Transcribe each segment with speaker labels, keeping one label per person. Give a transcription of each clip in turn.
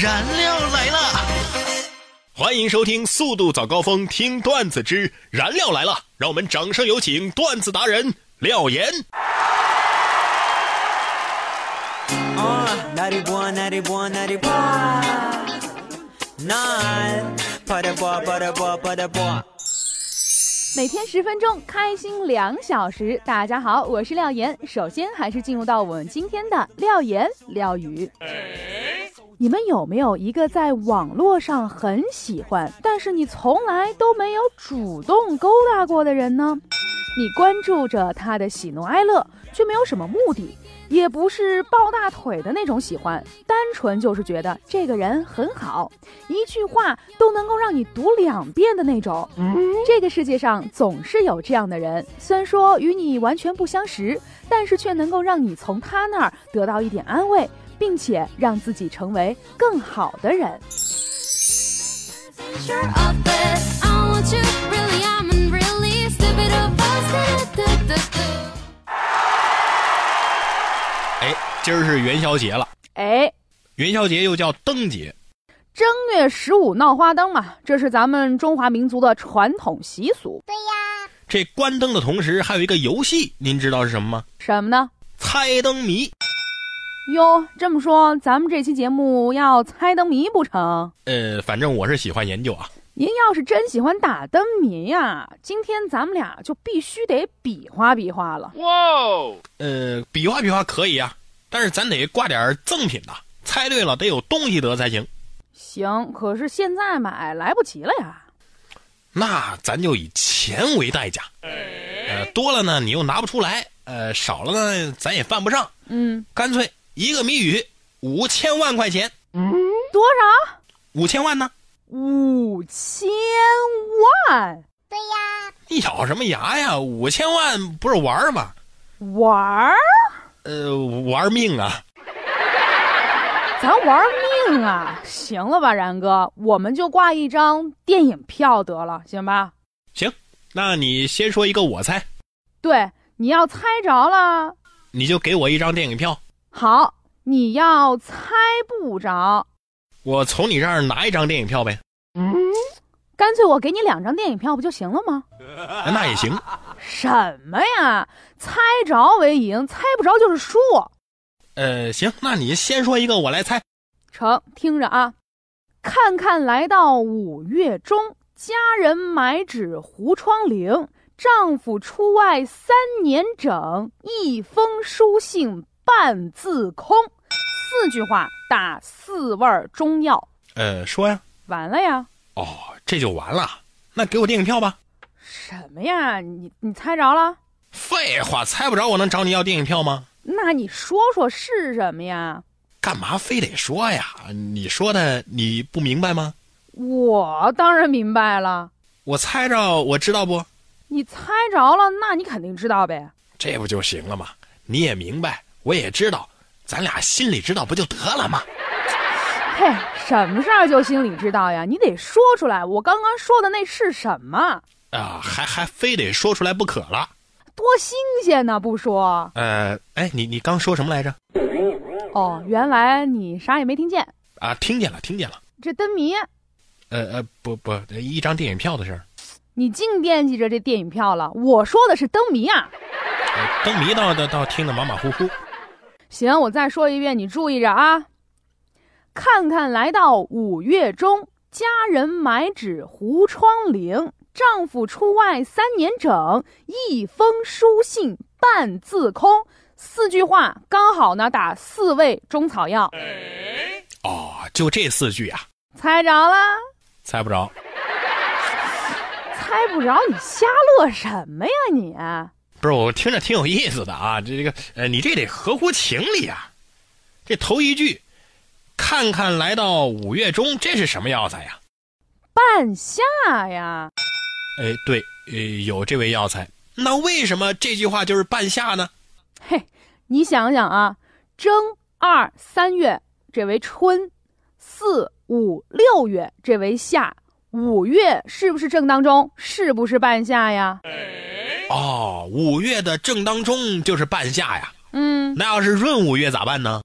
Speaker 1: 燃料来了！
Speaker 2: 欢迎收听《速度早高峰》，听段子之燃料来了！让我们掌声有请段子达人廖岩。
Speaker 3: On 91, 91, 91. Nine. Padawa, padawa, padawa.
Speaker 4: 每天十分钟，开心两小时。大家好，我是廖岩。首先还是进入到我们今天的廖岩廖语。你们有没有一个在网络上很喜欢，但是你从来都没有主动勾搭过的人呢？你关注着他的喜怒哀乐，却没有什么目的，也不是抱大腿的那种喜欢，单纯就是觉得这个人很好，一句话都能够让你读两遍的那种。这个世界上总是有这样的人，虽然说与你完全不相识，但是却能够让你从他那儿得到一点安慰，并且让自己成为更好的人。
Speaker 5: picture of it. I want you, really, I'm in really stupid of us.
Speaker 2: 哎，今儿是元宵节了，
Speaker 4: 哎，
Speaker 2: 元宵节又叫灯节，
Speaker 4: 正月十五闹花灯嘛，这是咱们中华民族的传统习俗。
Speaker 2: 这关灯的同时还有一个游戏，您知道是什么吗？
Speaker 4: 什么呢？
Speaker 2: 猜灯谜。
Speaker 4: 哟，这么说，咱们这期节目要猜灯谜不成？
Speaker 2: 呃，反正我是喜欢研究啊。
Speaker 4: 您要是真喜欢打灯谜呀、今天咱们俩就必须得比划比划了。
Speaker 2: 呃，比划比划可以啊，但是咱得挂点儿赠品呐、猜对了得有东西得才行。
Speaker 4: 行，可是现在买来不及了呀。
Speaker 2: 那咱就以钱为代价，呃，多了呢你又拿不出来，呃，少了呢咱也犯不上，
Speaker 4: 嗯，
Speaker 2: 干脆一个谜语五千万块钱，
Speaker 4: 多少？
Speaker 2: 五千万呢？
Speaker 4: 五千万？
Speaker 2: 你咬什么牙呀？五千万不是玩儿吗？
Speaker 4: 玩儿？
Speaker 2: 呃，玩命啊！
Speaker 4: 咱玩命啊！行了吧，然哥，我们就挂一张电影票得了，行吧？
Speaker 2: 行，那你先说一个我猜，
Speaker 4: 对，你要猜着了，
Speaker 2: 你就给我一张电影票，
Speaker 4: 好；你要猜不着，
Speaker 2: 我从你这儿拿一张电影票呗，
Speaker 4: 干脆我给你两张电影票不就行了吗？
Speaker 2: 那也行。
Speaker 4: 什么呀？猜着为赢，猜不着就是输。
Speaker 2: 呃，行，那你先说一个，我来猜。
Speaker 4: 成，听着啊，看看来到五月中，家人买纸糊窗棂，丈夫出外三年整，一封书信半字空，四句话打四味儿中药，
Speaker 2: 呃，说呀。
Speaker 4: 完了呀？
Speaker 2: 哦，这就完了。那给我电影票吧。
Speaker 4: 什么呀？你你猜着了？
Speaker 2: 废话，猜不着我能找你要电影票吗？
Speaker 4: 那你说说是什么呀？
Speaker 2: 干嘛非得说呀？你说的你不明白吗？
Speaker 4: 我当然明白了，
Speaker 2: 我猜着，我知道不？
Speaker 4: 你猜着了，那你肯定知道呗。
Speaker 2: 这不就行了吗？你也明白，我也知道，咱俩心里知道不就得了吗？
Speaker 4: 嘿，哎什么事儿就心里知道呀？你得说出来，我刚刚说的那是什么？
Speaker 2: 啊、还还非得说出来不可了。
Speaker 4: 多新鲜呢！不说
Speaker 2: 呃，哎，你你刚说什么来着？
Speaker 4: 哦，原来你啥也没听见。
Speaker 2: 啊，听见了，听见了。
Speaker 4: 这灯谜，
Speaker 2: 呃呃，不不，一张电影票的事儿。
Speaker 4: 你净惦记着这电影票了。我说的是灯谜啊。
Speaker 2: 呃灯谜倒倒倒听得马马虎虎。
Speaker 4: 行，我再说一遍，你注意着啊。看看来到五月中，家人买纸糊窗棂，丈夫出外三年整，一封书信半字空，四句话刚好呢打四味中草药，
Speaker 2: 哦，就这四句啊，
Speaker 4: 猜着啦？
Speaker 2: 猜不着。
Speaker 4: 猜不着你瞎乐什么呀你？
Speaker 2: 不是，我听着挺有意思的啊，这个呃，你这得合乎情理啊。这头一句，看看来到五月中，这是什么药材呀？
Speaker 4: 半夏呀，
Speaker 2: 哎，对，呃，有这味药材。那为什么这句话就是半夏呢？
Speaker 4: 嘿，你想想啊，正二三月这为春，四五六月这为夏，五月是不是正当中？是不是半夏呀？
Speaker 2: 哦，五月的正当中就是半夏呀。
Speaker 4: 嗯，
Speaker 2: 那要是闰五月咋办呢？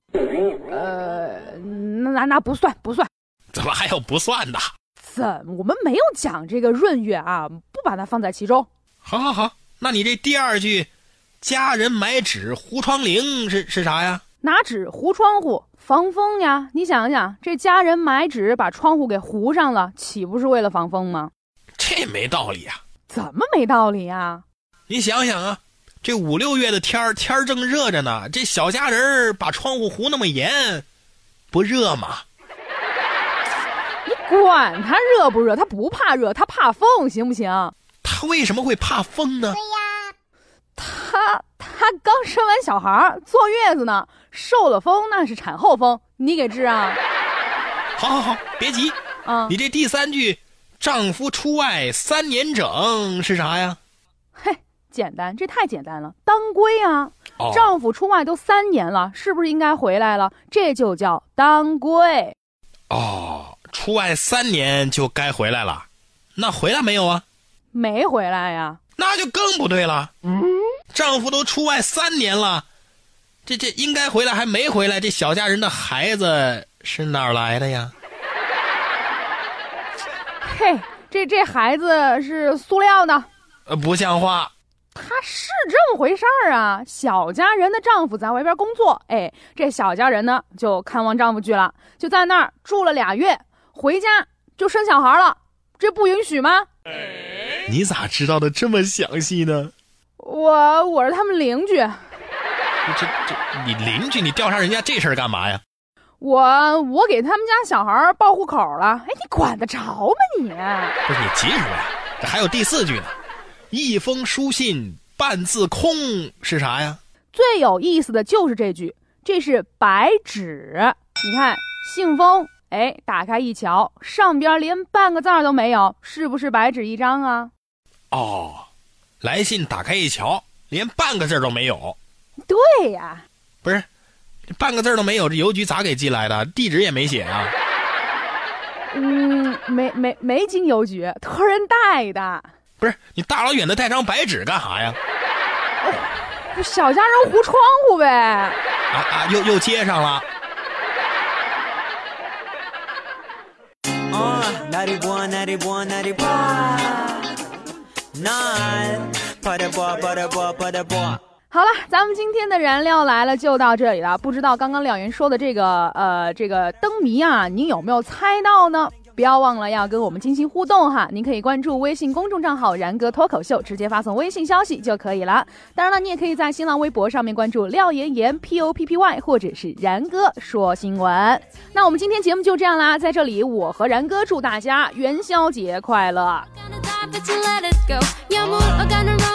Speaker 4: 呃，那那那不算不算，
Speaker 2: 怎么还有不算的？
Speaker 4: 怎我们没有讲这个闰月啊，不把它放在其中。
Speaker 2: 好好好，那你这第二句“家人买纸糊窗棂”是是啥呀？
Speaker 4: 拿纸糊窗户防风呀！你想想，这家人买纸把窗户给糊上了，岂不是为了防风吗？
Speaker 2: 这没道理啊！
Speaker 4: 怎么没道理啊呀、
Speaker 2: 你想想啊，这五六月的天儿，天儿正热着呢，这小家人儿把窗户糊那么严，不热吗？
Speaker 4: 管它热不热，它不怕热，它怕风，行不行？
Speaker 2: 他为什么会怕风呢？
Speaker 4: 它它刚生完小孩儿，坐月子呢，受了风那是产后风，你给治啊？
Speaker 2: 好好好，别急，
Speaker 4: 啊、
Speaker 2: 你这第三句“丈夫出外三年整”是啥呀？
Speaker 4: 嘿，简单，这太简单了，当归啊，
Speaker 2: 哦
Speaker 4: 丈夫出外都三年了，是不是应该回来了？这就叫当归。
Speaker 2: 哦，出外三年就该回来了，那回来没有啊？
Speaker 4: 没回来呀？
Speaker 2: 那就更不对了。丈夫都出外三年了，这这应该回来还没回来，这小家人的孩子是哪儿来的呀？
Speaker 4: 嘿，这这孩子是塑料的，
Speaker 2: 呃，不像话。
Speaker 4: 他是这么回事儿啊。小家人的丈夫在外边工作，哎，这小家人呢就看望丈夫去了，就在那儿住了俩月，回家就生小孩了，这不允许吗？
Speaker 2: 你咋知道的这么详细呢？
Speaker 4: 我我是他们邻居，
Speaker 2: 这这，你邻居你调查人家这事儿干嘛呀？
Speaker 4: 我我给他们家小孩儿报户口了，哎，你管得着吗你？
Speaker 2: 不是你急什么呀？这还有第四句呢，一封书信半字空是啥呀？
Speaker 4: 最有意思的就是这句，这是白纸。你看，信封，哎，打开一瞧，上边连半个字儿都没有，是不是白纸一张啊？
Speaker 2: 哦，来信打开一瞧，连半个字儿都没有。
Speaker 4: 对呀、
Speaker 2: 不是，这半个字儿都没有，这邮局咋给寄来的？地址也没写啊。
Speaker 4: 嗯，没没没经邮局，托人带的。
Speaker 2: 不是你大老远的带张白纸干啥呀？
Speaker 4: 小家人糊窗户呗。
Speaker 2: 啊啊，又又接上了。
Speaker 3: Uh, 91, 91, 91. Nine. Pada boy, pada boy, pada boy.
Speaker 4: 好了，咱们今天的燃料来了就到这里了。不知道刚刚廖岩说的这个呃这个灯谜啊，您有没有猜到呢？不要忘了要跟我们进行互动哈，您可以关注微信公众账号“然哥脱口秀”，直接发送微信消息就可以了。当然了，你也可以在新浪微博上面关注廖岩岩 P O P P Y 或者是然哥说新闻。那我们今天节目就这样啦，在这里我和然哥祝大家元宵节快乐。
Speaker 5: gonna die, but you let it go. Your mood, I'm gonna run